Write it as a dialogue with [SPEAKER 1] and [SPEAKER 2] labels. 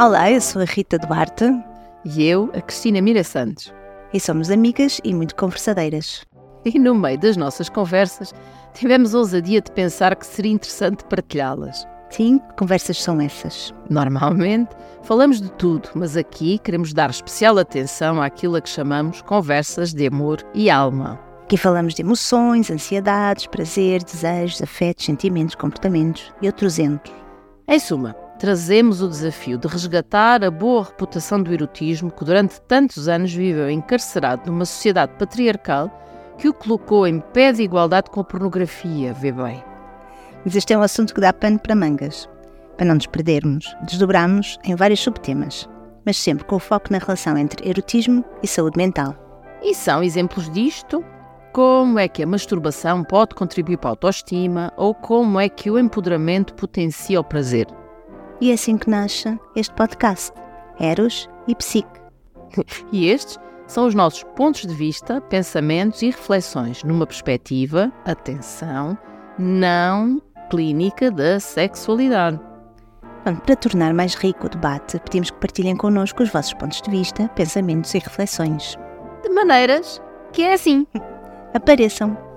[SPEAKER 1] Olá, eu sou a Rita Duarte
[SPEAKER 2] E eu, a Cristina Mira Santos.
[SPEAKER 1] e somos amigas e muito conversadeiras.
[SPEAKER 2] E no meio das nossas conversas, tivemos a ousadia de pensar que seria interessante partilhá-las.
[SPEAKER 1] Sim, que conversas são essas?
[SPEAKER 2] Normalmente, falamos de tudo, mas aqui queremos dar especial atenção àquilo a que chamamos conversas de amor e alma.
[SPEAKER 1] Aqui falamos de emoções, ansiedades, prazer, desejos, afetos, sentimentos, comportamentos e outros entes.
[SPEAKER 2] Em suma, trazemos o desafio de resgatar a boa reputação do erotismo que durante tantos anos viveu encarcerado numa sociedade patriarcal que o colocou em pé de igualdade com a pornografia, vê bem.
[SPEAKER 1] Mas este é um assunto que dá pano para mangas. Para não nos perdermos, desdobramos em vários subtemas, mas sempre com o foco na relação entre erotismo e saúde mental.
[SPEAKER 2] E são exemplos disto como é que a masturbação pode contribuir para a autoestima ou como é que o empoderamento potencia o prazer.
[SPEAKER 1] E é assim que nasce este podcast, Eros e Psique.
[SPEAKER 2] E estes são os nossos pontos de vista, pensamentos e reflexões numa perspectiva, atenção, não clínica da sexualidade.
[SPEAKER 1] Portanto, para tornar mais rico o debate, pedimos que partilhem connosco os vossos pontos de vista, pensamentos e reflexões.
[SPEAKER 2] De maneiras que é assim.
[SPEAKER 1] Apareçam!